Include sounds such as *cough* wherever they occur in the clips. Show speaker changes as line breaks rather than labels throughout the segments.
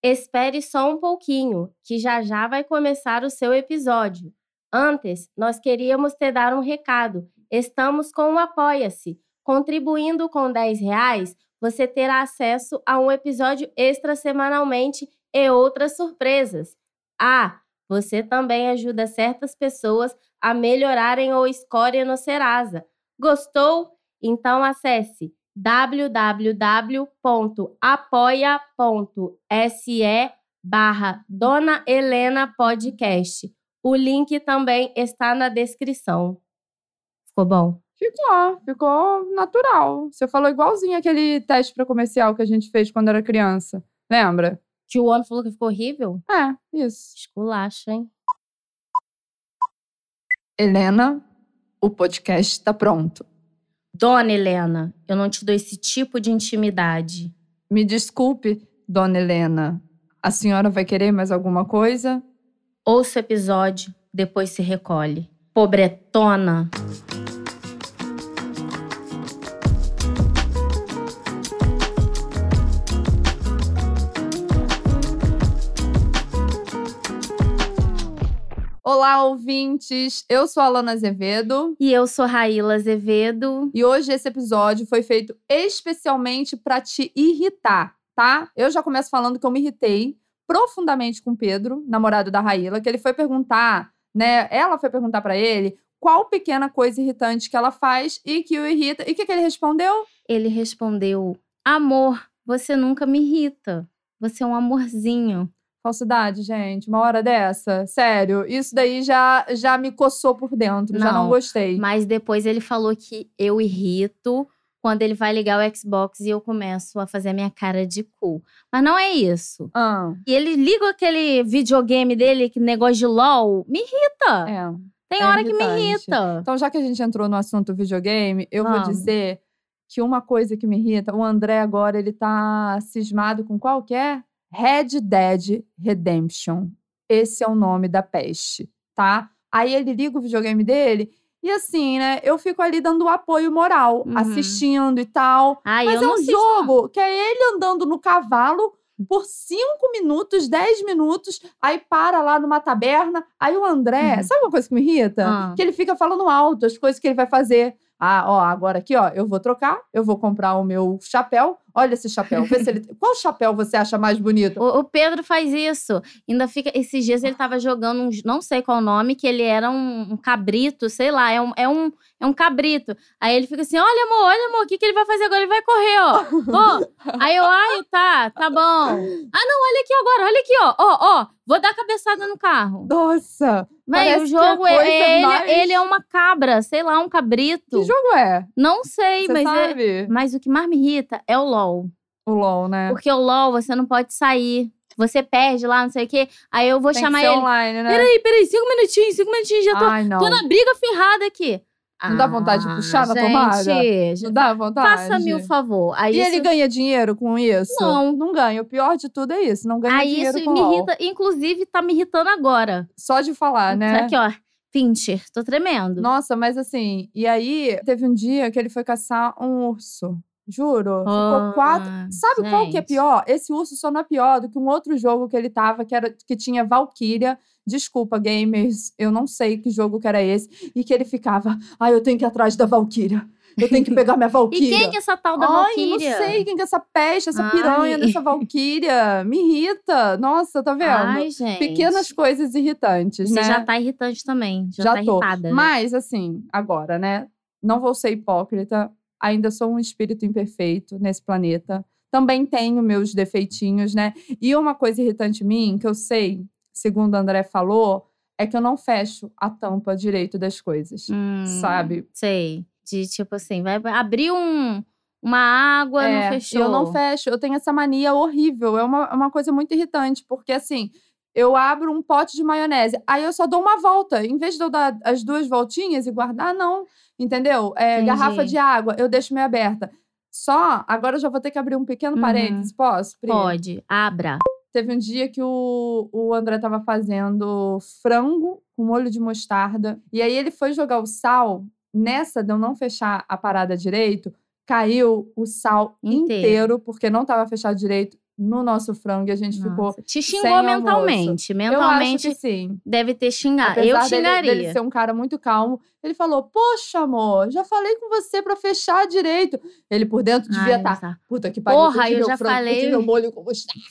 Espere só um pouquinho, que já já vai começar o seu episódio. Antes, nós queríamos te dar um recado. Estamos com o Apoia-se. Contribuindo com 10 reais, você terá acesso a um episódio extra semanalmente e outras surpresas. Ah, você também ajuda certas pessoas a melhorarem ou escória no Serasa. Gostou? Então acesse www.apoia.se barra Dona Helena Podcast. O link também está na descrição. Ficou bom?
Ficou, ficou natural. Você falou igualzinho aquele teste para comercial que a gente fez quando era criança. Lembra?
Que o ano falou que ficou horrível?
É, isso.
Esculacha, hein?
Helena, o podcast está pronto.
Dona Helena, eu não te dou esse tipo de intimidade.
Me desculpe, dona Helena. A senhora vai querer mais alguma coisa?
Ouça o episódio, depois se recolhe. Pobretona!
Olá, ouvintes. Eu sou a Alana Azevedo.
E eu sou Raíla Azevedo.
E hoje esse episódio foi feito especialmente para te irritar, tá? Eu já começo falando que eu me irritei profundamente com o Pedro, namorado da Raíla, que ele foi perguntar, né? Ela foi perguntar para ele qual pequena coisa irritante que ela faz e que o irrita. E o que, que ele respondeu?
Ele respondeu: Amor, você nunca me irrita. Você é um amorzinho.
Falsidade, gente, uma hora dessa. Sério, isso daí já, já me coçou por dentro, já
Não,
não gostei.
Mas depois ele falou que eu irrito quando ele vai ligar o Xbox e eu começo a fazer a minha cara de cu. Mas não é isso.
Ah,
E ele liga aquele videogame dele, que negócio de LOL, me irrita.
é.
Tem
é
hora que me
irritante.
irrita.
Então, já que a gente entrou no assunto videogame, eu vou
Vamos.
dizer que uma coisa que me irrita, o André agora ele tá cismado com qualquer Red Dead Redemption. Esse é o nome da peste, tá? Aí ele liga o videogame dele e assim, né? Eu fico ali dando o apoio moral,
Uhum.
assistindo e tal.
Ai,
Mas
eu
é
não Hum.
um
sei se-
jogo que é ele andando no cavalo por 5 minutos, 10 minutos, aí para lá numa taberna. Aí o André,
Uhum.
sabe uma coisa que me irrita?
Ah.
Que ele fica falando alto as coisas que ele vai fazer. Ah, ó, agora aqui, ó, eu vou trocar, eu vou comprar o meu chapéu. Olha esse chapéu, vê se ele.
*laughs*
Qual chapéu você acha mais bonito?
O, o Pedro faz isso. Ainda fica. Esses dias ele tava jogando um. j- Não sei qual o nome, que ele era um, um cabrito, sei lá. É um, é, um, é um cabrito. Aí ele fica assim: olha, amor, olha, amor, o que, que ele vai fazer agora? Ele vai correr, ó. Ó.
*laughs*
Aí eu, ai, tá, tá bom. Ah, não, olha aqui agora, olha aqui, ó. Ó, ó, vou dar cabeçada no carro.
Nossa!
Mas o
parece que a
jogo é.
coisa
é ele,
mais-
ele é uma cabra, sei lá, um cabrito.
Que jogo é?
Não sei,
Você
mas é.
sabe?
Mas o que mais me irrita é o LOL.
O LOL, né?
Porque o LOL, você não pode sair. Você perde lá, não sei o quê. Aí eu vou
Tem
chamar
que ser
ele. é
online, né?
Peraí, peraí, cinco minutinhos, cinco minutinhos, já tô.
Ai, não.
Tô na briga ferrada aqui.
Não dá vontade de
Ah,
puxar na
gente,
Não dá vontade?
Faça-me o favor. Aí
E
isso,
ele ganha dinheiro com isso?
Não.
Não ganha. O pior de tudo é isso. Não ganha
aí
dinheiro
isso
com
me
LOL.
irrita. Inclusive, tá me irritando agora.
Só de falar, né?
Aqui, ó. Pincher, tô tremendo.
Nossa, mas assim... E aí, teve um dia que ele foi caçar um urso. Juro. Ficou quatro...
Ah,
Sabe qual que é
gente.
pior? Esse urso só não é pior do que um outro jogo que ele tava, que, era, que tinha Valkyria. Desculpa, gamers, eu não sei que jogo que era esse. E que ele ficava, ah, eu tenho que ir atrás da Valkyria. Eu tenho que pegar
*laughs*
minha
E
Valkyria.
quem que é essa tal da
Ai,
Valkyria?
não sei quem que é essa peste, essa
Ai.
piranha dessa valquíria. Me irrita. Nossa, tá vendo?
Ai, gente.
Pequenas coisas irritantes,
Você
né?
já tá irritante também. Já,
Já
tá
tô.
irritada. né?
Mas, assim, agora, né? Não vou ser hipócrita. Ainda sou um espírito imperfeito nesse planeta. Também tenho meus defeitinhos, né? E uma coisa irritante em mim, que eu sei, segundo o André falou, é que eu não fecho a tampa direito das coisas.
Hum,
Sabe?
Sei. De tipo assim, vai abrir um, uma água,
É,
não fechou.
Eu não fecho. Eu tenho essa mania horrível. É uma, é uma coisa muito irritante, porque assim. Eu abro um pote de maionese, aí eu só dou uma volta. Em vez de eu dar as duas voltinhas e guardar, não. Entendeu? É,
Entendi.
garrafa de água, eu deixo meio aberta. Só, agora eu já vou ter que abrir um pequeno
Uhum.
parênteses, posso? Pri?
Pode, abra.
Teve um dia que o, o André tava fazendo frango com molho de mostarda. E aí ele foi jogar o sal. Nessa de eu não fechar a parada direito, caiu o sal
Inteiro.
inteiro, porque não tava fechado direito no nosso frango e a gente ficou.
Nossa, Te
sem
xingou
almoço.
mentalmente.
Eu
Mentalmente
acho que sim.
deve ter xingado.
Apesar
eu
dele-
xingaria.
Dele, ser um cara muito calmo, ele falou: Poxa, amor, já falei com você pra fechar direito. Ele por dentro devia tá.
Ai,
estar.
bizarro.
Puta que pariu,
Porra,
curti
eu
meu
já
frango, curti
falei.
meu molho com mostarda."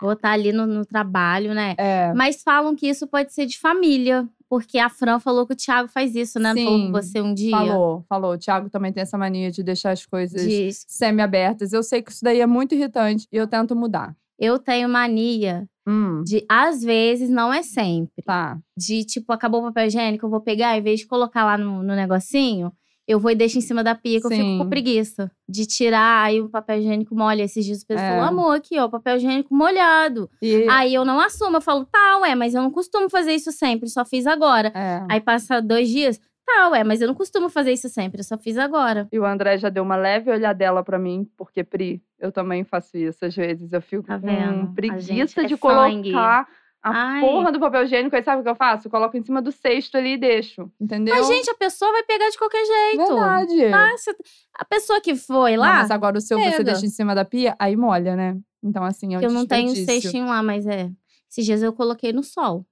Vou estar ali no, no trabalho, né?
É.
Mas falam que isso pode ser de família. Porque a Fran falou que o Thiago faz isso, né? Não Falou
Sim,
com você um dia.
Falou, falou. O Thiago também tem essa mania de deixar as coisas
Diz.
semi-abertas. Eu sei que isso daí é muito irritante e eu tento mudar.
Eu tenho mania
Hum,
de, às vezes, não é sempre.
tá.
De tipo, acabou o papel higiênico, eu vou pegar, em vez de colocar lá no, no negocinho, eu vou e deixo em cima da pia, que eu fico
Sim.
com preguiça. De tirar, aí o papel higiênico molha. Esses dias o pessoal
É.
falou, amor, aqui, ó, papel higiênico molhado.
E,
Aí eu não assumo, eu falo, tá, ué, mas eu não costumo fazer isso sempre, só fiz agora.
é.
Aí passa dois dias, tá, ué, mas eu não costumo fazer isso sempre, eu só fiz agora.
E o André já deu uma leve olhadela pra mim, porque, Pri, eu também faço isso às vezes. Eu fico
Tá vendo?
com
A
preguiça
gente é sangue.
de colocar a
Ai.
porra do papel higiênico. Aí sabe o que eu faço? Eu coloco em cima do cesto ali e deixo. Entendeu?
Mas, gente, a pessoa vai pegar de qualquer jeito.
Verdade.
Ah, cê- a pessoa que foi
Não,
lá,
mas agora o seu você
pega.
deixa em cima da pia, aí molha, né? Então, assim, é um
que eu não tenho
desperdício.
cestinho lá, mas é. Esses dias eu coloquei no sol.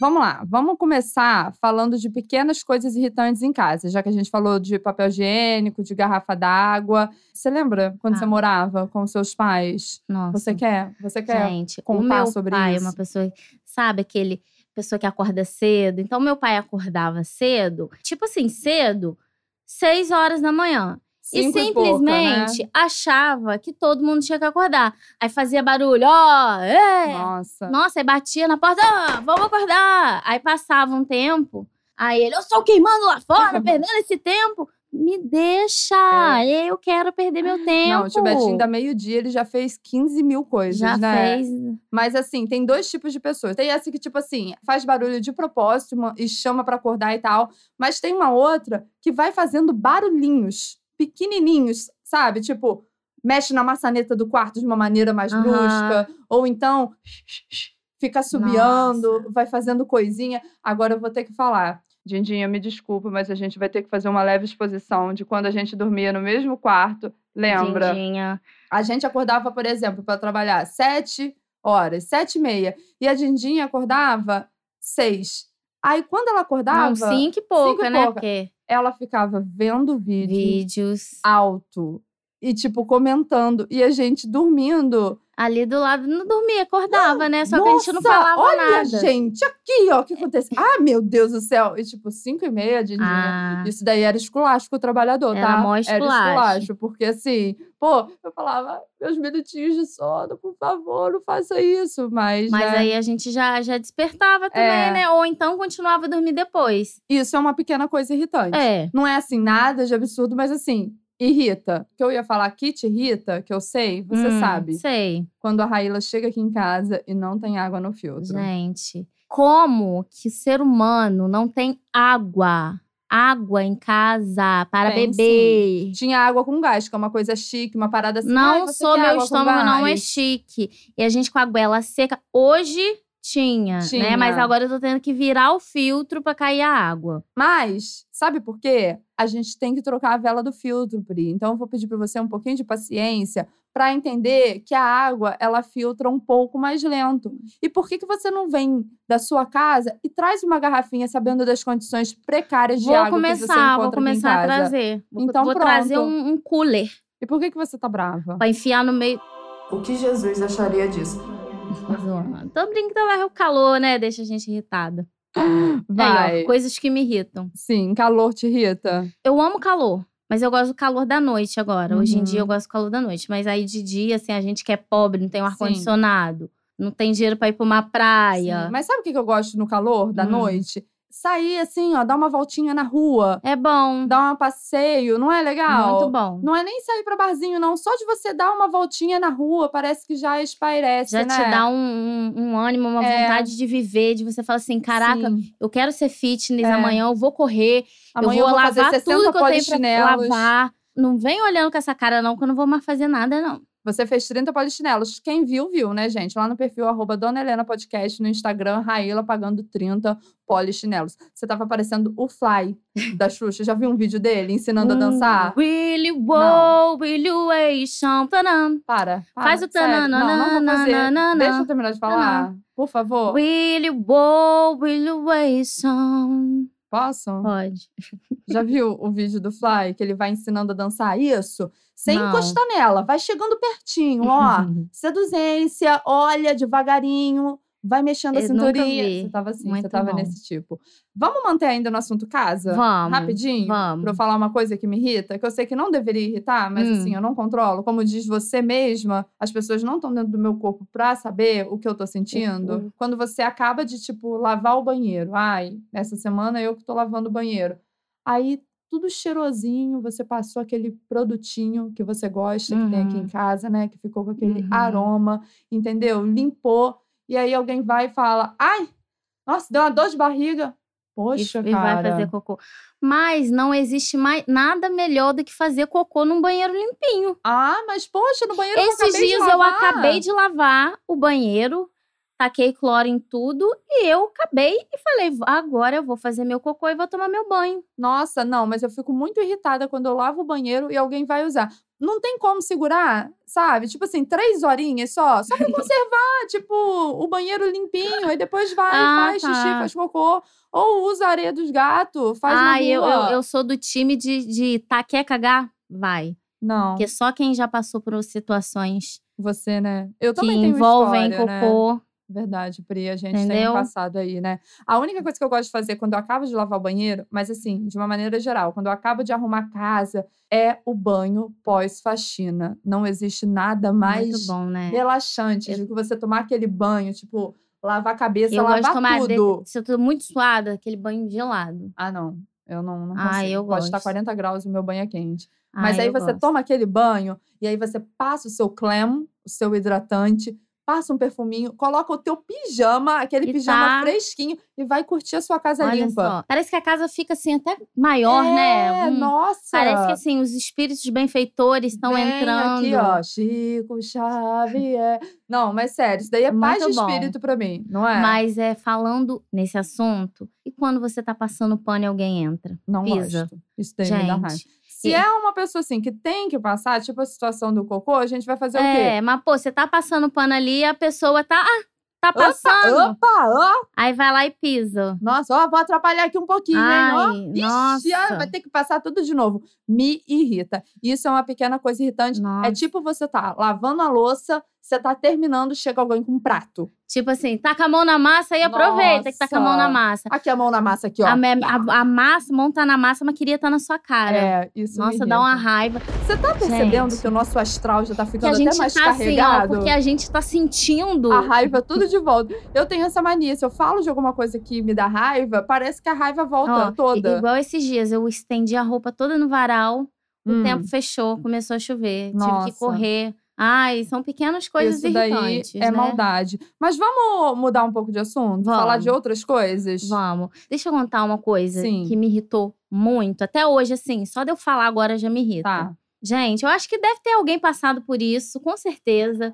Vamos lá, vamos começar falando de pequenas coisas irritantes em casa, já que a gente falou de papel higiênico, de garrafa d'água. Você lembra quando
Ah.
você morava com seus pais?
Nossa.
Você quer? Você quer?
Gente, o
contar
meu
sobre
pai é
isso?
uma pessoa, sabe, aquele pessoa que acorda cedo. Então, meu pai acordava cedo, tipo assim, cedo, seis horas da manhã.
Cinco
e
pouca, né?
simplesmente achava que todo mundo tinha que acordar. Aí fazia barulho, ó, é!
Nossa.
Nossa, aí batia na porta, "Ah, vamos acordar. Aí passava um tempo, aí ele, eu estou queimando lá
*laughs*
fora, perdendo esse tempo. Me deixa, eu quero perder meu tempo.
É. Não, o Tibetinho da meio-dia, ele já fez 15 mil coisas,
já
né?
fez.
Mas assim, tem dois tipos de pessoas. Tem essa que, tipo assim, faz barulho de propósito uma- e chama pra acordar e tal. Mas tem uma outra que vai fazendo barulhinhos pequenininhos, sabe? Tipo, mexe na maçaneta do quarto de uma maneira mais
Aham.
brusca. Ou então, fica assobiando, vai fazendo coisinha. Agora eu vou ter que falar. Dindinha, me desculpa, mas a gente vai ter que fazer uma leve exposição de quando a gente dormia no mesmo quarto. Lembra?
Dindinha.
A gente acordava, por exemplo, para trabalhar sete horas, sete e meia. E a Dindinha acordava seis. Aí, quando ela acordava,
Não, cinco e pouca,
e
né?
pouca.
Porque
ela ficava vendo vídeo
vídeos.
alto e, tipo, comentando. E a gente dormindo.
Ali do lado, não dormia, acordava, né? Só que a gente não
Nossa,
falava
olha,
nada.
gente, aqui, ó, o que
*laughs*
aconteceu? Ah, meu Deus do céu! E, tipo, cinco e meia, a Dindinha.
Ah,
Isso daí era esculacho com o trabalhador,
Era
tá?
mó
Era
esculacho.
esculacho, porque assim, pô, eu falava, meus minutinhos de sono, por favor, não faça isso. Mas,
mas
né,
aí a gente já, já despertava também,
É.
né? Ou então continuava a dormir depois.
isso é uma pequena coisa irritante.
É.
Não é assim, nada de absurdo, mas assim, irrita. O que eu ia falar aqui te irrita, que eu sei, você
Hum,
sabe.
Sei,
Quando a Raíla chega aqui em casa e não tem água no filtro.
gente. Como que ser humano não tem água? Água em casa para
Tem,
beber.
Tinha água com gás, que é uma coisa chique, uma parada assim. "Ai,
Não
você
sou,
quer
meu
água com
estômago não é
gás?"
chique. E a gente com a goela seca. Hoje tinha, né?
Tinha.
Mas agora eu tô tendo que virar o filtro pra cair a água.
Mas, sabe por quê? A gente tem que trocar a vela do filtro, Pri. Então, eu vou pedir pra você um pouquinho de paciência pra entender que a água, ela filtra um pouco mais lento. E por que, que você não vem da sua casa e traz uma garrafinha sabendo das condições precárias de
Vou
água que você
começar,
encontra
vou
aqui
começar
em
a
casa?
trazer. Vou,
Então,
vou trazer
pronto.
um, um cooler
E por que, que você tá brava?
pra enfiar no meio.
O que Jesus acharia disso? Tá
Zoando. Tô brincando, é o calor, né? Deixa a gente irritada. Aí,
Vai.
ó, coisas que me irritam.
Sim, calor te irrita?
Eu amo calor, mas eu gosto do calor da noite agora. Hoje em
Uhum.
dia eu gosto do calor da noite, mas aí de dia, assim, a gente que é pobre, não tem um
Sim.
ar-condicionado, não tem dinheiro pra ir pra uma praia.
Sim. Mas sabe o que que eu gosto no calor da
Hum.
noite? Sair assim, ó, dar uma voltinha na rua.
É bom,
dar um passeio, não é legal?
muito bom.
Não é nem sair pra barzinho, não. Só de você dar uma voltinha na rua, parece que já espairece,
Já
né?
te dá um, um- um ânimo, uma
É.
vontade de viver, de você falar assim: caraca,
Sim.
eu quero ser fitness,
É.
amanhã eu vou correr,
Amanhã
eu vou,
fazer
lavar
60
tudo que eu tenho pra
polichinelos.
lavar. Não vem olhando com essa cara, não, que eu não vou mais fazer nada, não.
Você fez 30 polichinelos. Quem viu, viu, né, gente? Lá no perfil, arroba Dona Helena Podcast, no Instagram, Raíla pagando 30 polichinelos. Você tava parecendo o Fly da Xuxa. Já viu um vídeo dele ensinando a dançar?
Hum. Willy wow, Willy Wation, tanam.
Para, para.
Faz o
sério.
tanana,
Não, não vou fazer.
nanana.
Deixa eu terminar de falar. Por favor.
Willy wow, Willy Wation.
Posso?
Pode.
Já viu o vídeo do Fly que ele vai ensinando a dançar isso? Sem
Não.
encostar nela, vai chegando pertinho, ó.
*laughs*
Seduzência, olha devagarinho, vai mexendo a
Eu nunca
cinturinha.
vi.
Você tava assim, você
Muito
tava
bom.
nesse tipo. Vamos manter ainda no assunto casa?
Vamos.
Rapidinho? Pra eu
Vamos.
falar uma coisa que me irrita, que eu sei que não deveria irritar, mas
Hum.
assim, eu não controlo. Como diz você mesma, as pessoas não estão dentro do meu corpo pra saber o que eu tô sentindo.
Uhum.
Quando você acaba de, tipo, lavar o banheiro. Ai, essa semana eu que tô lavando o banheiro. Aí, tudo cheirosinho, você passou aquele produtinho que você gosta, que tem aqui
Uhum.
em casa, né? Que ficou com aquele
Uhum.
aroma, entendeu? Limpou. E aí alguém vai e fala: Ai, nossa, deu uma dor de barriga. Poxa,
Isso,
cara.
e vai fazer cocô. Mas não existe mais nada melhor do que fazer cocô num banheiro limpinho.
Ah, mas poxa, no banheiro eu
Esses
acabei
dias
de
eu
lavar.
acabei de lavar o banheiro, taquei cloro em tudo e eu acabei e falei: agora eu vou fazer meu cocô e vou tomar meu banho.
Nossa, não, mas eu fico muito irritada quando eu lavo o banheiro e alguém vai usar. Não tem como segurar, sabe? Tipo assim, três horinhas só, só
*laughs*
pra conservar, tipo, o banheiro limpinho, aí depois vai,
Ah,
faz xixi,
tá.
faz cocô, ou usa a areia dos gatos, faz na
ah, eu,
rua.
eu, eu sou do time de, de tá, quer cagar? Vai.
Não,
Porque só quem já passou por situações
você, né? Eu
que
também tenho
envolvem
história, né?
cocô.
Verdade, Pri, a gente tem um
Entendeu?
passado aí, né? A única coisa que eu gosto de fazer quando eu acabo de lavar o banheiro, mas assim, de uma maneira geral, quando eu acabo de arrumar a casa, é o banho pós-faxina. Não existe nada
Muito
mais
bom, né?
relaxante do que você tomar aquele banho, tipo, lavar a cabeça,
Eu gosto de
lavar
tomar. de-
tudo.
Se eu tô muito suada, aquele banho gelado.
Ah, não. Eu não, não
Ah,
consigo.
eu
Pode estar
gosto.
40 graus e o meu banho é quente. Mas
Ah,
aí
eu
você
gosto.
toma aquele banho e aí você passa o seu clem, o seu hidratante, passa um perfuminho, coloca o teu pijama, aquele
E
pijama
tá.
fresquinho e vai curtir a sua casa
Olha
limpa.
só. Parece que a casa fica assim até maior, né?
É,
Um-
nossa.
Parece que assim, os espíritos benfeitores estão
Vem
entrando.
aqui, ó. Chico Xavier. Não, mas sério, isso daí é paz de
Muito bom.
espírito pra mim, não é?
Mas é falando nesse assunto, e quando você tá passando pano e alguém entra?
não
pisa.
gosto. Isso daí me dá raiva.
Gente.
Se
e-
é uma pessoa assim que tem que passar, tipo a situação do cocô, a gente vai fazer o quê?
É, mas pô, você tá passando pano ali e a pessoa tá. Ah, tá passando.
Opa, ó,
Aí vai lá e pisa.
Nossa, ó, vou atrapalhar aqui um pouquinho, hein? Ó.
Ai,
Ixi, ah,
nossa.
vai ter que passar tudo de novo. Me irrita. Isso é uma pequena coisa irritante.
Nossa.
É tipo você tá lavando a louça, você tá terminando, chega alguém com um prato.
Tipo assim, taca a mão na massa e aproveita que tá com a mão na
Nossa.
massa.
Aqui a mão na massa aqui, ó.
A, me- a- a massa, monta na massa, mas queria estar na sua cara.
É, isso me
Nossa, dá
irrita.
uma raiva.
Você tá percebendo
Gente.
que o nosso astral já tá
Que a
ficando
gente
até
tá
mais
assim, ó,
carregado?
porque a gente tá sentindo.
A raiva tudo de volta. Eu tenho essa mania. Se eu falo de alguma coisa que me dá raiva, parece que a raiva volta
Ó,
toda.
i- Igual esses dias, eu estendi a roupa toda no varal,
Hum.
o tempo fechou, começou a chover, tive
Nossa.
que correr. Ai, são pequenas coisas
Isso daí
irritantes, né?
é maldade. Mas vamos mudar um pouco de assunto? Falar de
Vamos.
outras coisas?
Vamos. Deixa eu contar uma coisa
Sim.
que me irritou muito. Até hoje, assim, só de eu falar agora já me irrita.
Tá.
Gente, eu acho que deve ter alguém passado por isso, com certeza.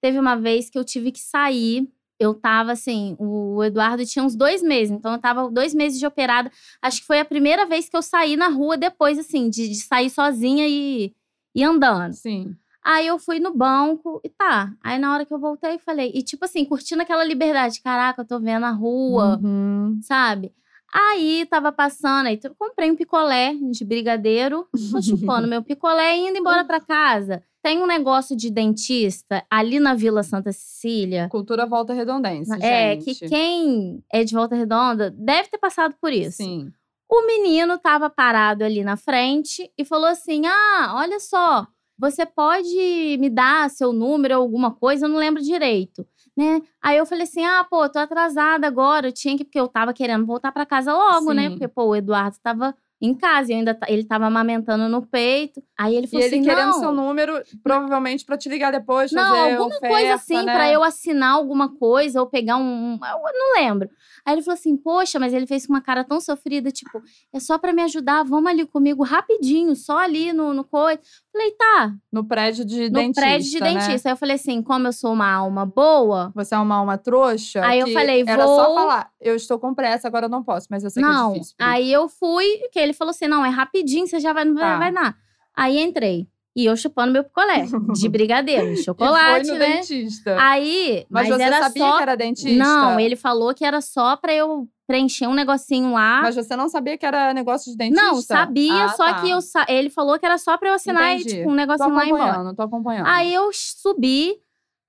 Teve uma vez que eu tive que sair. Eu tava assim, o Eduardo tinha uns dois meses, então eu tava dois meses de operada. Acho que foi a primeira vez que eu saí na rua depois, assim, de, de sair sozinha e, e andando.
Sim.
Aí eu fui no banco e tá. Aí na hora que eu voltei, eu falei. E tipo assim, curtindo aquela liberdade. Caraca, eu tô vendo a rua
Uhum.
sabe? Aí tava passando, aí eu comprei um picolé de brigadeiro, tô chupando meu picolé e indo embora pra casa. Tem um negócio de dentista ali na Vila Santa Cecília.
Cultura volta redondense,
É, que
gente.
quem é de Volta Redonda deve ter passado por isso.
Sim.
O menino tava parado ali na frente e falou assim: Ah, olha só, você pode me dar seu número ou alguma coisa, eu não lembro direito, né? Aí eu falei assim: Ah, pô, tô atrasada agora, eu tinha que, porque eu tava querendo voltar pra casa logo, né?
Sim.
Porque, pô, o Eduardo tava em casa e eu ainda ta- ele tava amamentando no peito. Aí ele
E
falou
ele
assim:
querendo
Não,
seu número, provavelmente pra te ligar depois, fazer
não, alguma
oferta,
coisa assim
né?
pra eu assinar alguma coisa ou pegar um, um- eu não lembro. Aí ele falou assim: "Poxa, mas ele fez com uma cara tão sofrida, tipo, é só pra me ajudar, vamos ali comigo rapidinho, só ali no no coisa". Eu falei Falei, tá,
No prédio de
no
dentista.
prédio de
né?
dentista. Aí eu falei assim, como eu sou uma alma boa,
Você é uma alma trouxa.
Aí eu
que
falei,
Era só
vou-
falar, eu estou com pressa, agora eu não posso, mas eu sei
não.
que é difícil. Pri.
aí eu fui, que ele falou assim: não, é rapidinho, você já vai, não vai,
Tá.
vai dar. Aí entrei. E eu chupando meu picolé
*laughs*
de brigadeiro, de
E foi
chocolate,
no
né?
dentista.
Aí,
mas,
mas,
você
era
sabia
só.
que era dentista?
Não, ele falou que era só pra eu preencher um negocinho lá.
Mas você não sabia que era negócio de dentista?
não, sabia,
Ah,
só
tá.
que eu sa- ele falou que era só pra eu assinar e,
Entendi.
tipo, um
Tô
negocinho lá e ir embora.
acompanhando, tô acompanhando.
Aí eu subi,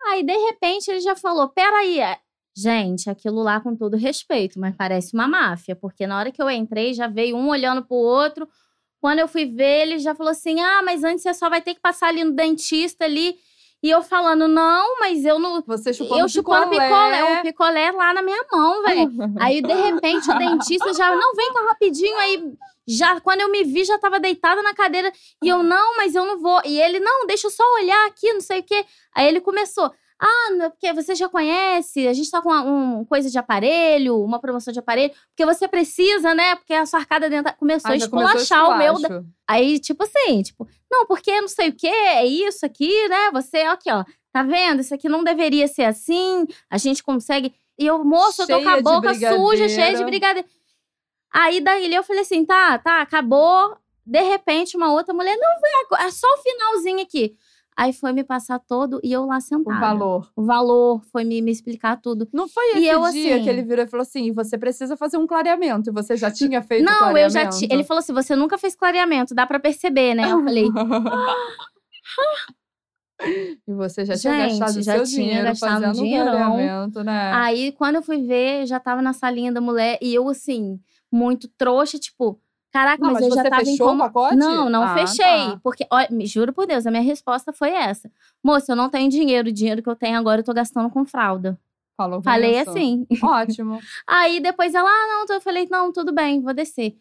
aí de repente ele já falou: peraí, é- gente, aquilo lá com todo respeito, mas parece uma máfia, porque na hora que eu entrei já veio um olhando pro outro. Quando eu fui ver, ele já falou assim: ah, mas antes você só vai ter que passar ali no dentista ali. E eu falando: não, mas eu não.
Você chupou
Eu chupando picolé, o picolé é lá na minha mão, velho.
*laughs*
Aí, de repente, o dentista já, não, vem cá rapidinho. Aí, já, quando eu me vi, já tava deitada na cadeira. E eu, não, mas eu não vou. E ele, não, deixa eu só olhar aqui, não sei o quê. Aí ele começou. Ah, não, porque você já conhece, a gente tá com uma um, coisa de aparelho, uma promoção de aparelho, porque você precisa, né? Porque a sua arcada dentária Ah, começou a esculachar o meu. da- Aí, tipo assim, tipo, não, porque não sei o quê, é isso aqui, né? Você, ó, aqui, ó, tá vendo? Isso aqui não deveria ser assim, a gente consegue. E eu, moço, eu tô com
Cheia
a
de
boca suja, cheia de
brigadeiro.
brigadeiro. Aí daí eu falei assim: tá, tá, acabou. De repente, uma outra mulher, não, vai agora, é só o finalzinho aqui. Aí foi me passar todo e eu lá sentada.
O valor.
O valor, foi me, me explicar tudo.
Não foi
E
esse
eu,
dia
assim-
que ele virou e falou assim: você precisa fazer um clareamento. E você já tinha feito
não, eu
clareamento?
já tinha. Ele falou assim: você nunca fez clareamento, dá pra perceber, né?
*laughs*
Eu falei,
e você já tinha
Gente,
gastado o
já
seu
tinha
dinheiro
gastado um
fazendo
dinheirão. Ah,
clareamento, né?
Aí, quando eu fui ver, eu já tava na salinha da mulher e eu, assim, muito trouxa, tipo, caraca,
não,
mas,
mas,
eu
você
já tava
fechou
em como...
o pacote?
Não, não
Ah,
fechei.
tá.
Porque, olha, me juro por Deus, a minha resposta foi essa. Moça, eu não tenho dinheiro. O dinheiro que eu tenho agora eu tô gastando com fralda.
Falou com
Falei
isso.
assim. *laughs*
Ótimo.
Aí depois ela, ah, não, tô- eu falei, não, tudo bem, vou descer.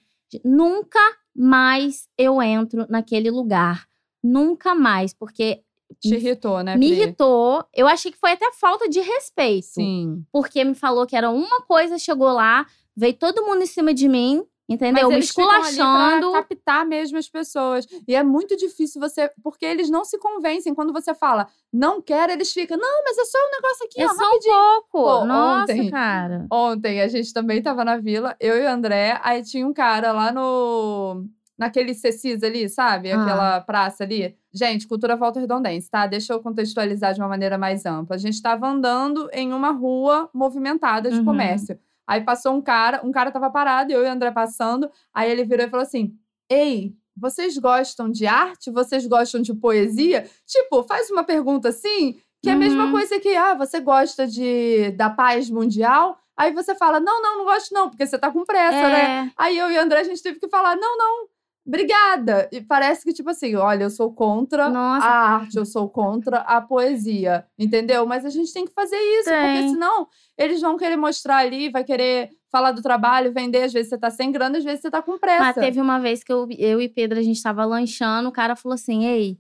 Nunca mais eu entro naquele lugar. Nunca mais. Porque
Te irritou, né?
me
Pri?
irritou. Eu achei que foi até falta de respeito
Sim.
porque me falou que era uma coisa, chegou lá, veio todo mundo em cima de mim, entendeu?
Mas
me
eles ficam ali pra tá
esculachando.
captar mesmo as pessoas. E é muito difícil você. Porque eles não se convencem. Quando você fala, não quero, eles ficam, não, mas é só um negócio aqui,
É
ó,
só um pouco.
Pô,
Nossa,
ontem-
cara.
Ontem a gente também tava na vila, eu e o André, aí tinha um cara lá no. Naquele Cecis ali, sabe?
Ah.
Aquela praça ali. Gente, cultura volta redondense, tá? Deixa eu contextualizar de uma maneira mais ampla. A gente tava andando em uma rua movimentada de
Uhum.
comércio. Aí passou um cara, um cara tava parado, eu e o André passando. Aí ele virou e falou assim: Ei, vocês gostam de arte? Vocês gostam de poesia? Tipo, faz uma pergunta assim, que é a mesma
Uhum.
coisa que, ah, você gosta de da paz mundial? Aí você fala, não, não, não gosto não, porque você tá com pressa, né?
É,
Aí eu e o André, a gente teve que falar, não, não, obrigada. E parece que, tipo assim, olha, eu sou contra
nossa.
a arte, eu sou contra a poesia, entendeu? Mas a gente tem que fazer isso, porque
Tem.
senão eles vão querer mostrar ali, vai querer falar do trabalho, vender, às vezes você tá sem grana, às vezes você tá com pressa.
Mas teve uma vez que eu, eu e Pedro, a gente tava lanchando, o cara falou assim: Ei,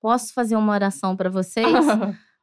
posso fazer uma oração pra
*laughs*
vocês?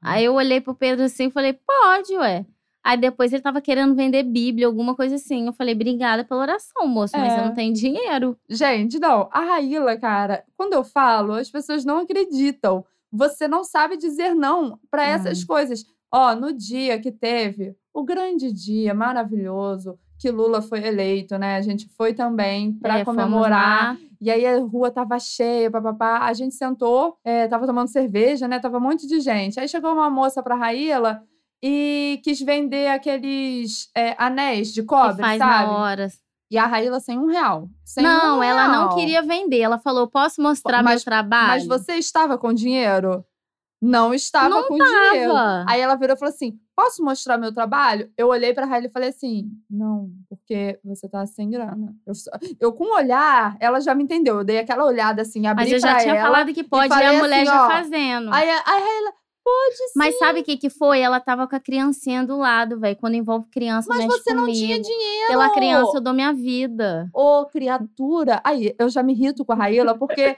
Aí eu olhei pro Pedro assim e falei: Pode, ué. Aí depois ele tava querendo vender Bíblia, alguma coisa assim. Eu falei: Obrigada pela oração, moço, mas
É.
eu não tenho dinheiro.
Gente, não, a Raíla, cara, quando eu falo, as pessoas não acreditam. Você não sabe dizer não para essas coisas. Ó, no dia que teve o grande dia maravilhoso que Lula foi eleito, né? A gente foi também para
É, fomos
comemorar.
lá.
E aí a rua tava cheia, papapá. A gente sentou, é, tava tomando cerveja, né? Tava um monte de gente. Aí chegou uma moça pra Raíla e quis vender aqueles é, anéis de
que
cobre,
faz
sabe?
na hora,
E a Raíla sem um real. Sem
não,
um
ela
real.
não queria vender. Ela falou: posso mostrar
Mas-
meu trabalho?
Mas você estava com dinheiro? Não estava
Não
com dinheiro.
tava.
Aí ela virou e falou assim: posso mostrar meu trabalho? Eu olhei pra Raíla e falei assim: não, porque você tá sem grana. Eu, só- eu com o olhar, ela já me entendeu. Eu dei aquela olhada assim, abri
Mas eu já
pra
tinha
ela.
falado que pode, e
falei
a mulher
assim,
já
ó,
fazendo.
Aí a a Raíla, pode sim.
Mas sabe o que, que foi? Ela tava com a criancinha do lado, velho. Quando envolve criança,
Mas
mexe
você não
comigo.
tinha dinheiro.
Pela criança, eu dou minha vida.
Ô, criatura. Aí, eu já me irrito com a Raíla, porque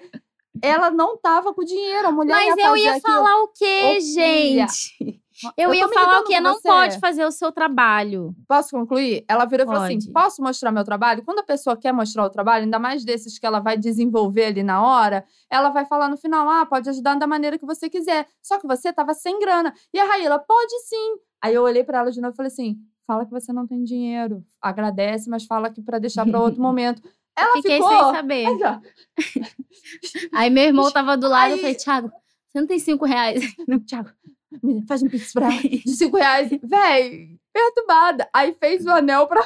ela não tava com dinheiro. A mulher
Mas
ia
eu
fazer
ia
aquilo.
falar o quê,
Ô, filha. *laughs*
gente? Eu,
tô
ia
me
falar o
irritando
quê?
com
Não
você.
pode fazer o seu trabalho.
Posso concluir? Ela virou e falou assim:
Pode.
posso mostrar meu trabalho? Quando a pessoa quer mostrar o trabalho, ainda mais desses que ela vai desenvolver ali na hora, ela vai falar no final: ah, pode ajudar da maneira que você quiser. Só que você tava sem grana. E a Raíla, pode sim. Aí eu olhei pra ela de novo e falei assim: fala que você não tem dinheiro. Agradece, mas fala que pra deixar pra *laughs* outro momento. Ela
Fiquei
ficou.
sem
*laughs*
saber.
Mas, ó,
Aí meu irmão tava do lado,
Aí-
eu falei, Thiago, você não tem cinco reais?
Não, Thiago, menina, faz um pix pra ela de cinco *laughs* reais. Véi, perturbada. Aí fez o anel pra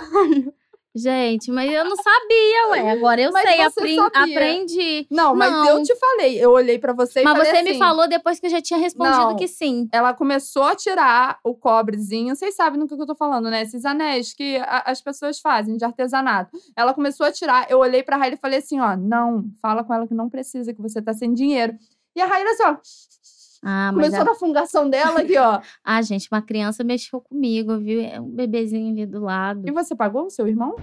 Gente, mas eu não sabia, ué. Agora eu
Mas
sei,
você
apren-
sabia.
aprendi.
Não, mas
Não.
eu te falei. Eu olhei pra você e
Mas
falei
você
assim,
me falou depois que eu já tinha respondido
Não.
que sim.
Ela começou a tirar o cobrezinho. Vocês sabem do que eu tô falando, né? Esses anéis que a- as pessoas fazem de artesanato. Ela começou a tirar. Eu olhei pra Raíla e falei assim, ó. Não, fala com ela que não precisa, que você tá sem dinheiro. E a Raíla assim, ó.
Ah, mas
começou
a...
na fungação dela
*laughs*
aqui, ó.
ah, gente, uma criança mexeu comigo, viu? É um bebezinho ali do lado.
E você pagou o seu irmão?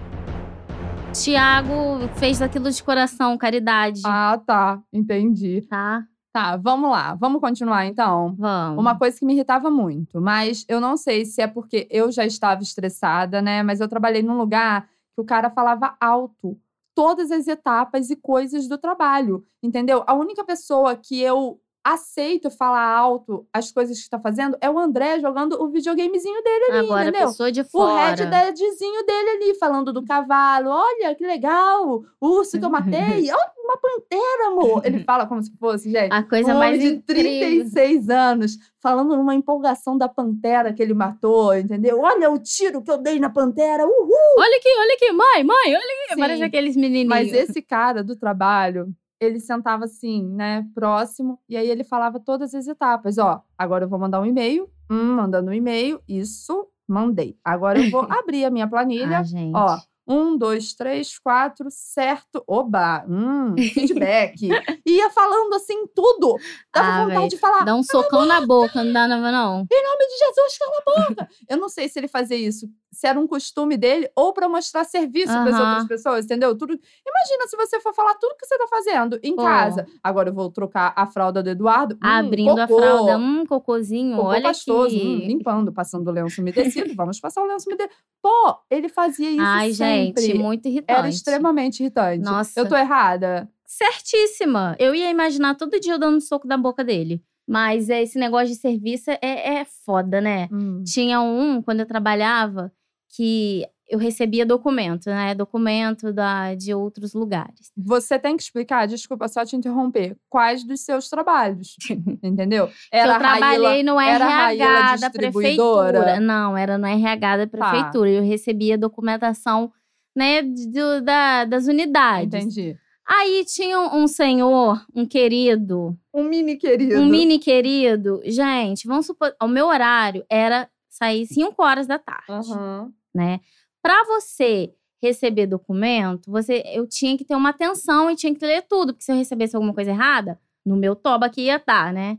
Tiago fez aquilo de coração, caridade.
Ah, tá. Entendi.
Tá?
Tá, vamos lá. Vamos continuar, então.
Vamos.
Uma coisa que me irritava muito, mas eu não sei se é porque eu já estava estressada, né? Mas eu trabalhei num lugar que o cara falava alto todas as etapas e coisas do trabalho, entendeu? A única pessoa que eu aceito falar alto as coisas que está fazendo é o André jogando o videogamezinho dele ali,
Agora,
entendeu?
a pessoa de
O
fora.
headdeadzinho dele ali, falando do cavalo. Olha, que legal! O urso
*laughs*
que eu matei. Olha, uma pantera, amor! Ele fala como se fosse, gente
A coisa
um
mais
homem de
incrível.
36 anos, falando numa empolgação da pantera que ele matou, entendeu? Olha o tiro que eu dei na pantera, uhul!
Olha aqui, olha aqui, mãe, mãe, olha aqui.
Sim.
Parece aqueles menininhos.
Mas esse cara do trabalho, ele sentava assim, né, próximo, e aí ele falava todas as etapas. Ó, agora eu vou mandar um e-mail, hum, mandando um e-mail, isso, mandei. Agora eu vou
*laughs*
abrir a minha planilha,
ah, gente.
ó, um, dois, três, quatro, certo. Oba! Hum,
*laughs*
feedback. Ia falando assim tudo. Dava
Ah,
vontade
véi,
de falar.
Dá um socão na boca, não dá nada, não.
Em nome de Jesus, cala
*laughs*
a boca! Eu não sei se ele fazia isso, se era um costume dele ou pra mostrar serviço pras
Aham.
outras pessoas, entendeu? Tudo. Imagina se você for falar tudo que você tá fazendo em
Pô.
casa. Agora eu vou trocar a fralda do Eduardo. Hum,
Abrindo
cocô.
a fralda, um cocôzinho,
Cocô
olha
pastoso,
aqui.
hum, limpando, passando o
*laughs*
lenço umedecido, vamos passar o lenço umedecido. Pô, ele fazia isso
Ai,
sempre.
gente, muito irritante.
Era extremamente irritante.
Nossa.
Eu tô errada?
Certíssima. Eu ia imaginar todo dia eu dando soco na boca dele. Mas é, esse negócio de serviço é, é foda, né?
Hum.
Tinha um, quando eu trabalhava, que eu recebia documento, né? Documento da, de outros lugares.
Você tem que explicar, desculpa só te interromper, quais dos
*laughs*
seus trabalhos, entendeu?
Que
Era
eu trabalhei no
era a
RH
Raíla
da
distribuidora? Tá.
prefeitura. Não, era no RH da prefeitura. Eu recebia documentação, né, do- da- das
Raíla,
unidades.
entendi.
Aí tinha um um senhor, um querido,
Um mini querido.
Um mini querido, gente, vamos supor, o meu horário era sair 5 horas da tarde,
Aham.
né? Pra você receber documento, você eu tinha que ter uma atenção e tinha que ler tudo, porque se eu recebesse alguma coisa errada, no meu toba que ia estar, né?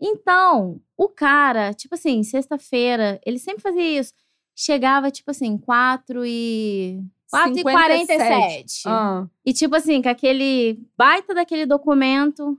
Então, o cara, tipo assim, sexta-feira, ele sempre fazia isso. Chegava, tipo assim, 4 e. 4 e 47.
Ah,
E tipo assim, com aquele baita daquele documento,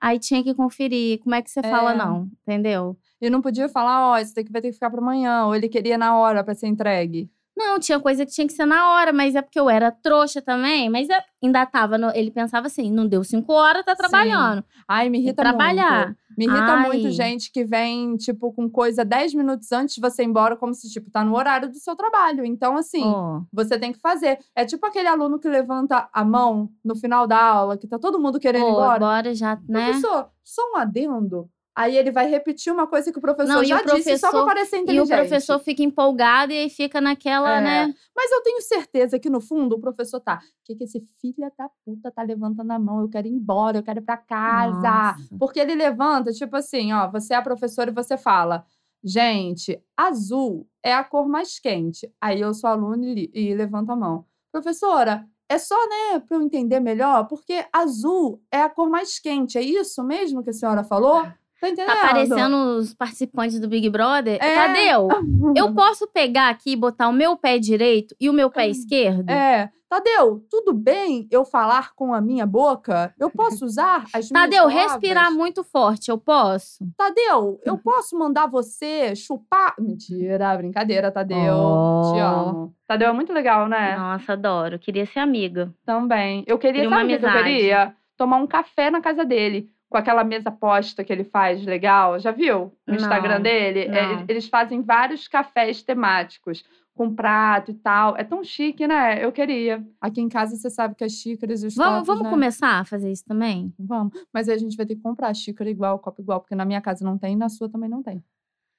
aí tinha que conferir como é que você fala
É.
não, entendeu?
E não podia falar, ó, isso daqui vai ter que ficar pra amanhã, ou ele queria na hora pra ser entregue.
Não, tinha coisa que tinha que ser na hora, mas é porque eu era trouxa também, mas eu ainda tava, no- ele pensava assim, não deu cinco horas, tá
Sim.
trabalhando.
Ai, me
Tem que
irrita
trabalhar.
muito. Me irrita
Ai.
muito gente que vem, tipo, com coisa 10 minutos antes de você ir embora, como se, tipo, tá no horário do seu trabalho. Então, assim,
Ó,
Você tem que fazer. É tipo aquele aluno que levanta a mão no final da aula, que tá todo mundo querendo ir
pô,
embora.
agora já, né?
Professor, só um adendo. Aí ele vai repetir uma coisa que o professor
Não, e
já
o
disse só pra
professor-
parecer
E o
inteligente.
professor fica empolgado e aí fica naquela,
É.
né?
Mas eu tenho certeza que no fundo o professor tá. O que, que esse filho da puta tá levantando a mão? Eu quero ir embora, eu quero ir pra casa.
Nossa.
Porque ele levanta, tipo assim, ó, você é a professora e você fala, gente, azul é a cor mais quente. Aí eu sou aluna e, li- e levanto a mão. Professora, é só, né, pra eu entender melhor, porque azul é a cor mais quente, é isso mesmo que a senhora falou? Tá entendendo?
Tá aparecendo os participantes do Big Brother.
É. *laughs*
Tadeu, eu posso pegar aqui e botar o meu pé direito e o meu pé esquerdo?
É. Tadeu, tudo bem eu falar com a minha boca? Eu posso *laughs* usar as minhas
Tadeu,
palavras?
respirar muito forte, eu posso?
Tadeu, eu posso mandar você chupar. Mentira, brincadeira, Tadeu.
Oh.
Te amo. Tadeu é muito legal, né?
Nossa, adoro. Queria ser amiga.
Também. Eu queria,
Cria uma
sabe o que eu
amizade.
queria? Tomar um café na casa dele. Com aquela mesa posta que ele faz legal. Já viu? No
Não,
Instagram dele? É,
não.
eles fazem vários cafés temáticos. Com prato e tal. É tão chique, né? Eu queria. Aqui em casa, você sabe que as xícaras e os
Vamos,
copos,
vamos
né?
começar a fazer isso também?
Vamos. Mas aí a gente vai ter que comprar xícara igual, copo igual. Porque na minha casa não tem e na sua também não tem.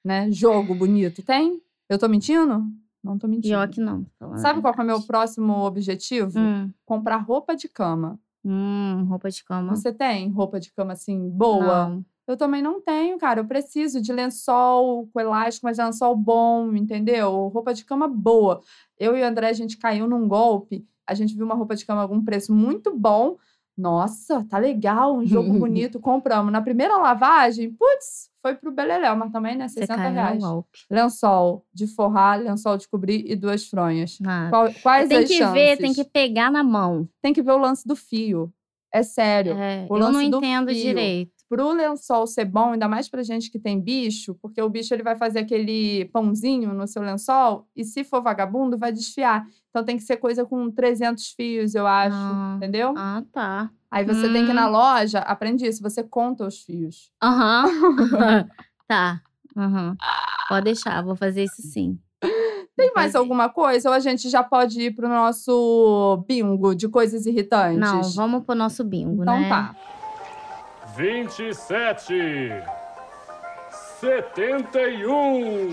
Né? Jogo bonito. Tem? Eu tô mentindo? Não tô mentindo.
Pior que não. pra falar a
Sabe qual que é o meu
verdade.
próximo objetivo?
Hum,
Comprar roupa de cama.
hum, roupa de cama.
Você tem roupa de cama assim, boa?
Não.
Eu também não tenho, cara. Eu preciso de lençol com elástico, mas lençol bom, entendeu? Roupa de cama boa. Eu e o André, a gente caiu num golpe. A gente viu uma roupa de cama com um preço muito bom. Nossa, tá legal, um
*laughs*
jogo bonito, compramos. Na primeira lavagem, putz, foi pro Beleléu, mas também, né,
Você
60
caiu no
reais.
golpe.
Lençol de forrar, lençol de cobrir e duas fronhas.
Nada.
Qual- quais
Tem
as
que
chances?
ver, tem que pegar na mão.
Tem que ver o lance do fio. É sério.
É,
o
eu não
lance do
entendo
fio.
direito.
pro lençol ser bom, ainda mais pra gente que tem bicho, porque o bicho ele vai fazer aquele pãozinho no seu lençol e se for vagabundo vai desfiar. Então tem que ser coisa com 300 fios, eu acho,
Ah.
entendeu?
Ah, tá.
Aí você tem que ir na
Hum.
loja, aprende isso, você conta os fios. *laughs*
Aham. *laughs* tá. Aham. Pode deixar, vou fazer isso sim.
Tem mais alguma coisa ou a gente já pode ir pro nosso bingo de coisas irritantes?
Não, vamos pro nosso bingo,
Então
né?
tá.
27 71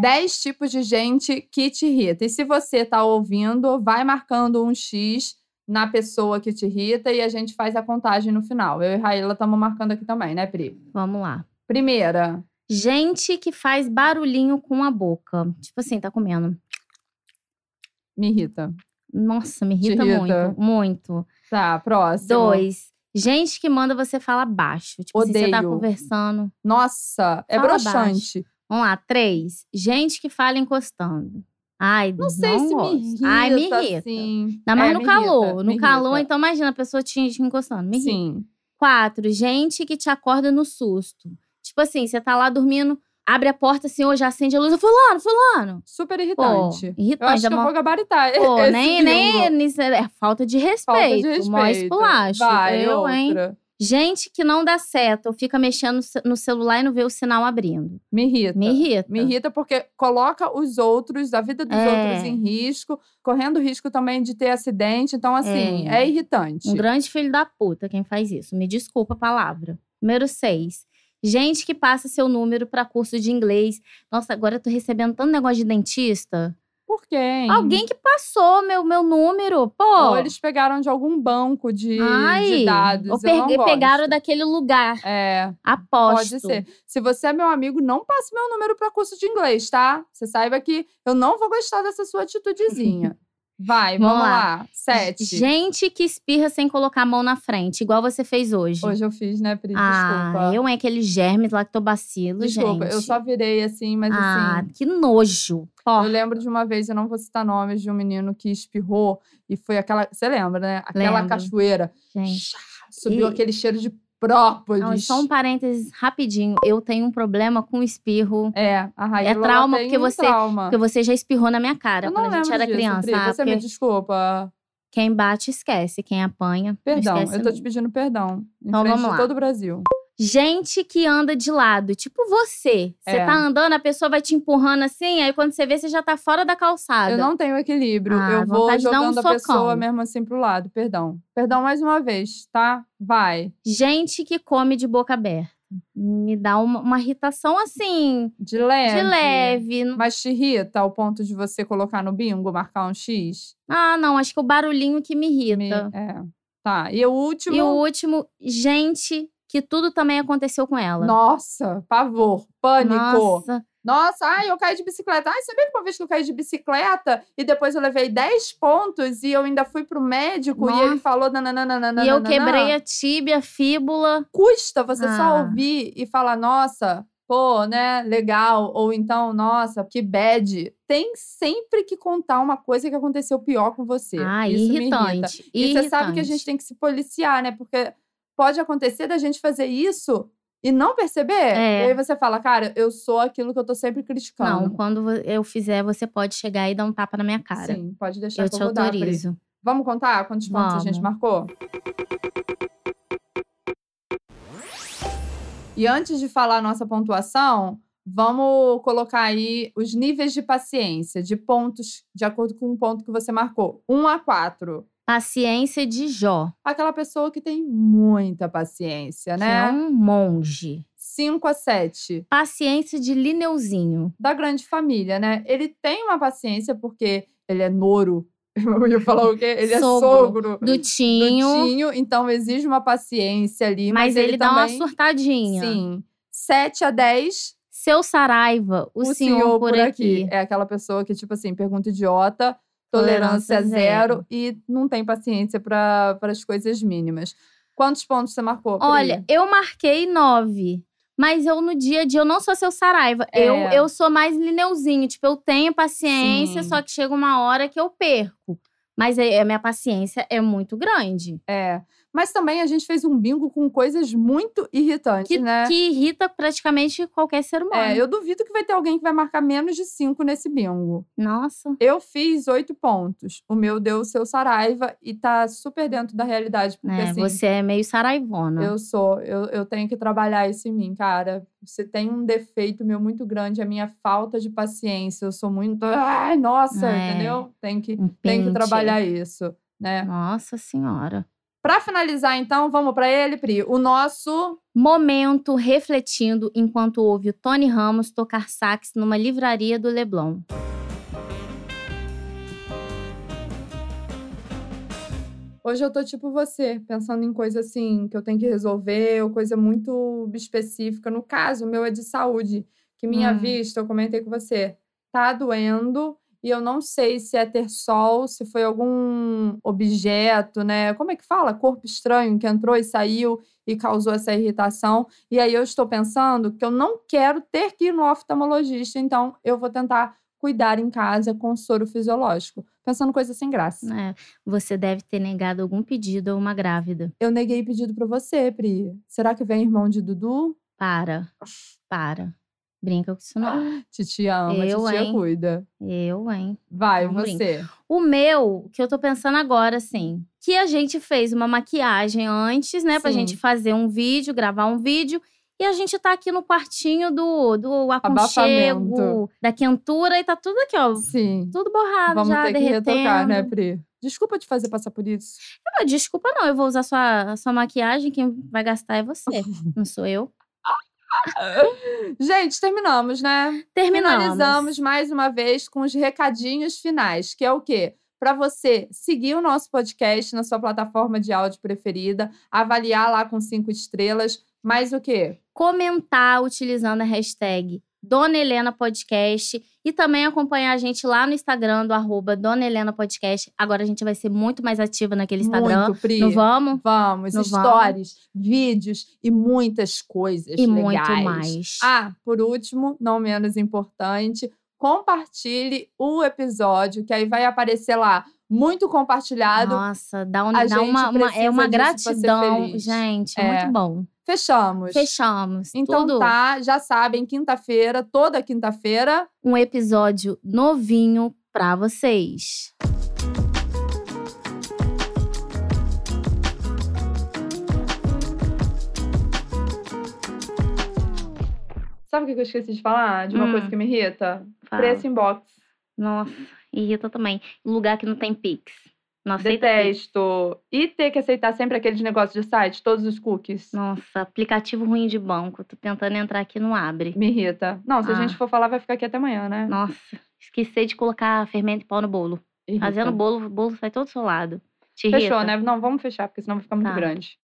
10 tipos de gente que te irrita. E se você tá ouvindo, vai marcando um X na pessoa que te irrita e a gente faz a contagem no final. Eu e Raíla estamos marcando aqui também, né, Pri?
Vamos lá.
Primeira.
Gente que faz barulhinho com a boca. Tipo assim, tá comendo.
Me irrita.
Nossa, me irrita,
irrita?
muito. Muito.
Tá, próximo.
Dois. Gente que manda você falar baixo. Tipo assim, você tá
Odeio.
conversando.
Nossa, é
Fala
broxante.
Vamos lá, três. Gente que fala encostando. Ai,
Não sei se
gosto.
me irrita.
Ai, me irrita.
Assim.
Ainda mais
É,
no
me
calor.
irrita,
no
me
calor,
irrita.
então imagina a pessoa te, te encostando. Me irrita.
Sim.
Quatro, gente que te acorda no susto. Tipo assim, você tá lá dormindo, abre a porta assim, hoje acende a luz. Fulano, fulano.
Super
Pô,
irritante. eu
irritante.
acho
dá
que eu
mó-
vou gabaritar.
Pô,
esse
nem,
bingo.
nem isso é falta de
Falta de
respeito.
respeito.
Mó esculacho.
Vai,
eu,
outra.
hein? Gente que não dá seta ou fica mexendo no ce- no celular e não vê o sinal abrindo.
Me irrita.
Me irrita.
Me irrita porque coloca os outros, a vida dos
É.
outros em risco, correndo risco também de ter acidente. Então, assim, é,
É.
irritante.
Um grande filho da puta quem faz isso. Me desculpa a palavra. Número 6. Gente que passa seu número pra curso de inglês. Nossa, agora eu tô recebendo tanto negócio de dentista.
Por quê? hein?
Alguém que passou meu, meu número, pô.
Ou eles pegaram de algum banco de, de
Ai,
dados.
ou
eu não
pegue-
gosto.
pegaram daquele lugar.
É,
Aposto.
pode ser. Se você é meu amigo, não passe meu número para curso de inglês, tá? Você saiba que eu não vou gostar dessa
*laughs*
sua atitudezinha. Vai, vamos,
Vamos
lá.
lá.
Sete.
Gente que espirra sem colocar a mão na frente, igual você fez hoje.
Hoje eu fiz, né, Pri?
ah,
Desculpa.
eu é aquele germe lactobacilo,
Desculpa,
gente.
eu só virei assim, mas assim.
ah, que nojo. Ó,
Eu lembro de uma vez, eu não vou citar nomes, de um menino que espirrou e foi aquela. Você lembra, né? Aquela
Lembro.
cachoeira.
gente.
Subiu
E-
aquele cheiro de própolis.
Não, e só um parênteses rapidinho. Eu tenho um problema com espirro.
É, a Raíla ela
trauma,
tem
porque
um
você-
trauma.
Porque você já espirrou na minha cara
Eu não
quando a gente
lembro
era
disso,
criança.
Pri,
ah,
você me
porque
desculpa.
Quem bate, esquece. Quem apanha, não
Perdão,
esquece.
eu tô te pedindo perdão. Em
Então,
frente
vamos
de
lá.
todo o Brasil.
Gente que anda de lado, tipo você. Você
É.
tá andando, a pessoa vai te empurrando assim, aí quando você vê, você já tá fora da calçada.
Eu não tenho equilíbrio.
Ah,
eu vou
vontade de dar um
jogando a pessoa
socão.
mesmo assim pro lado. Perdão. Perdão mais uma vez, tá? Vai.
Gente que come de boca aberta. Me dá uma, uma irritação assim,
De leve.
de leve. Não-
Mas te irrita ao ponto de você colocar no bingo, marcar um X?
Ah, não, acho que o barulhinho que me irrita.
Me- É. Tá. E o último.
Então. E o último, gente, que tudo também aconteceu com ela.
Nossa, pavor, pânico.
Nossa,
Nossa, ai, eu caí de bicicleta. Ai, sabia que uma vez que eu caí de bicicleta e depois eu levei 10 pontos e eu ainda fui pro médico e
Nossa.
ele falou nananana.
E eu quebrei a tíbia, a fíbula.
Custa você só
Ah.
ouvir e falar, nossa, pô, né, legal. Ou então, nossa, que bad. Tem sempre que contar uma coisa que aconteceu pior com você.
Ah,
Isso me irrita.
irritante.
E você
irritante.
sabe que a gente tem que se policiar, né? Porque pode acontecer da gente fazer isso e não perceber.
É.
E aí você fala, cara, eu sou aquilo que né? eu tô sempre
Não,
criticando.
quando vo- eu fizer, você pode chegar e dar um tapa na minha cara.
Sim, pode
eu
deixar que
te
eu vou dar pra ele.
autorizo.
Vamos contar quantos pontos a gente
Vamos.
marcou? E antes de falar a nossa pontuação, vamos colocar aí os níveis de paciência, de pontos, de acordo com o ponto que você marcou. 1 a 4.
Paciência de Jó,
Aquela pessoa que tem muita paciência,
que é
né?
um monge.
5 a 7.
Paciência de Lineuzinho.
Da grande família, né? Ele tem uma paciência porque ele é noro. *laughs* Eu ia falar o quê? Ele é
Sogro.
sogro.
Do Tinho,
Tinho, então exige uma paciência ali. Mas,
mas ele, dá
também,
uma surtadinha.
Sim. 7 a 10,
Seu Saraiva, o,
o,
senhor, por aqui.
É aquela pessoa que, tipo assim, pergunta idiota, tolerância,
Tolerância
zero, e não tem paciência para as coisas mínimas. Quantos pontos você marcou? Pri?
Olha, eu marquei nove. Mas eu, no dia a dia, eu não sou seu Saraiva.
É.
Eu, eu sou mais lineuzinho. Tipo, eu tenho paciência,
Sim.
só que chega uma hora que eu perco. Mas aí, a minha paciência é muito grande.
É. Mas também a gente fez um bingo com coisas muito irritantes,
Que,
né?
que irrita praticamente qualquer ser humano.
É, eu duvido que vai ter alguém que vai marcar menos de 5 nesse bingo.
Nossa.
Eu fiz oito pontos. O meu deu o seu Saraiva e tá super dentro da realidade. Porque
É,
assim,
você é meio saraivona.
eu sou, eu, eu tenho que trabalhar isso em mim, cara. Você tem um defeito meu muito grande, a minha falta de paciência. Eu sou muito. Ai, nossa,
É.
entendeu? Tem que,
Um
tem que
pente.
trabalhar isso, né?
Nossa senhora.
Pra finalizar, então, vamos pra ele, Pri. O nosso.
Momento refletindo enquanto ouve o Tony Ramos tocar sax numa livraria do Leblon.
Hoje eu tô tipo você, pensando em coisa assim que eu tenho que resolver, ou coisa muito específica. No caso, o meu é de saúde, que minha
Hum.
vista, eu comentei com você, tá doendo e eu não sei se é ter sol, se foi algum objeto, né? Como é que fala? Corpo estranho que entrou e saiu e causou essa irritação. E aí eu estou pensando que eu não quero ter que ir no oftalmologista, então eu vou tentar cuidar em casa com soro fisiológico. Pensando coisa sem graça.
É, você deve ter negado algum pedido a uma grávida.
Eu neguei pedido pra você, Pri. Será que vem irmão de Dudu?
Para. Para. Brinca com isso não.
Titia ama,
Eu,
titia
hein?
cuida.
Eu, hein?
Vai,
Não
você.
O meu, que eu tô pensando agora, assim, que a gente fez uma maquiagem antes, né? Pra
Sim.
gente fazer um vídeo, gravar um vídeo. E a gente tá aqui no quartinho do, do aconchego,
Abafamento.
da quentura, e tá tudo aqui, ó.
Sim.
Tudo borrado
Vamos
já,
ter que
derretendo.
retocar, né, Pri? Desculpa te fazer passar por isso.
Não, Ah, desculpa não, eu vou usar sua, sua maquiagem, quem vai gastar é
*laughs*
você, não sou eu.
Gente, terminamos, né?
Terminamos.
Finalizamos mais uma vez com os recadinhos finais, que é o quê? Pra você seguir o nosso podcast na sua plataforma de áudio preferida, avaliar lá com cinco estrelas, mais o quê?
comentar utilizando a hashtag Dona Helena Podcast e também acompanhar a gente lá no Instagram do arroba Dona Helena Podcast. Agora a gente vai ser muito mais ativa naquele Instagram.
Muito, Pri.
Não vamos?
Vamos,
No
stories, vídeos e muitas coisas
E
legais.
muito mais.
Ah, por último, não menos importante, compartilhe o episódio, que aí vai aparecer lá muito compartilhado.
Nossa, dá, um,
A
dá uma,
gente
uma- é
precisa
uma
disso pra ser
gratidão,
feliz.
gente. É.
É.
Muito bom.
Fechamos.
Fechamos.
Então
tudo.
tá, já sabem, quinta-feira, toda quinta-feira.
Um episódio novinho pra vocês.
Sabe o que eu esqueci de falar? De uma
Hum.
coisa que me irrita?
Fala.
Preço em box.
Nossa, irrita também. Lugar que não tem Pix. Não aceita Pix.
Detesto. E ter que aceitar sempre aqueles negócios de site, todos os cookies.
Nossa, aplicativo ruim de banco. Tô tentando entrar aqui, não abre.
Me irrita. Não, se a
Ah.
gente for falar, vai ficar aqui até amanhã, né?
Nossa, esqueci de colocar fermento e pau no bolo.
Irrita.
Fazendo bolo, o bolo sai todo solado. Te
Fechou,
irrita?
né? Não, vamos fechar, porque senão vai ficar muito
Tá.
grande.